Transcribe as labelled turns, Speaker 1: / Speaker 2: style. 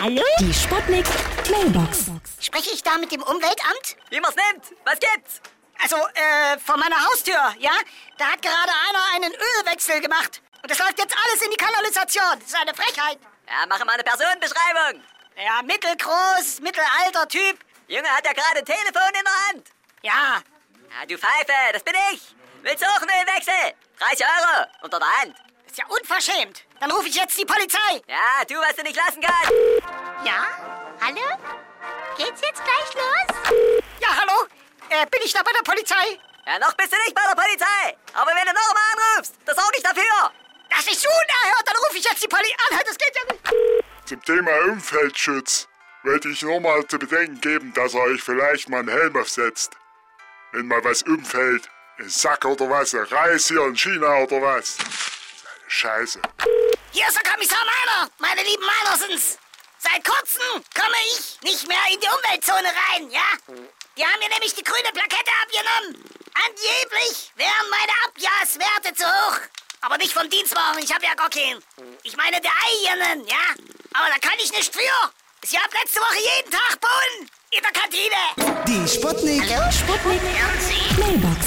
Speaker 1: Hallo?
Speaker 2: Die Sputnik Mailbox.
Speaker 1: Spreche ich da mit dem Umweltamt?
Speaker 3: Jemand nimmt! Was gibt's?
Speaker 1: Also, äh, vor meiner Haustür, ja? Da hat gerade einer einen Ölwechsel gemacht. Und das läuft jetzt alles in die Kanalisation. Das ist eine Frechheit.
Speaker 3: Ja, mache mal eine Personenbeschreibung.
Speaker 1: Ja, mittelgroß, mittelalter Typ.
Speaker 3: Junge hat ja gerade ein Telefon in der Hand.
Speaker 1: Ja,
Speaker 3: Ja, du Pfeife, das bin ich. Willst du auch einen Ölwechsel? 30 Euro unter der Hand.
Speaker 1: ist ja unverschämt. Dann rufe ich jetzt die Polizei.
Speaker 3: Ja, tu, was du nicht lassen kannst.
Speaker 4: Ja? Hallo? Geht's jetzt gleich los?
Speaker 1: Ja, hallo? Äh, bin ich da bei der Polizei?
Speaker 3: Ja, noch bist du nicht bei der Polizei. Aber wenn du noch mal anrufst, das auch nicht dafür.
Speaker 1: Das ist unerhört. Dann rufe ich jetzt die Polizei an. Das geht ja nicht.
Speaker 5: Zum Thema Umfeldschutz wollte ich nur mal zu bedenken geben, dass ihr euch vielleicht mal einen Helm aufsetzt. Wenn mal was umfällt, ein Sack oder was, ein Reis hier in China oder was. Scheiße.
Speaker 1: Hier ist der Kommissar Meiner. Meine lieben Meinersens. Seit kurzem komme ich nicht mehr in die Umweltzone rein, ja? Die haben mir nämlich die grüne Plakette abgenommen. Angeblich wären meine Abgaswerte zu hoch. Aber nicht vom Dienstwagen, ich habe ja gar keinen. Ich meine der eigenen, ja? Aber da kann ich nicht für. Ich habe letzte Woche jeden Tag Bohnen in der Kantine.
Speaker 6: Die Sputnik.
Speaker 2: Sputnik
Speaker 1: Irgendwie.
Speaker 2: Mailbox.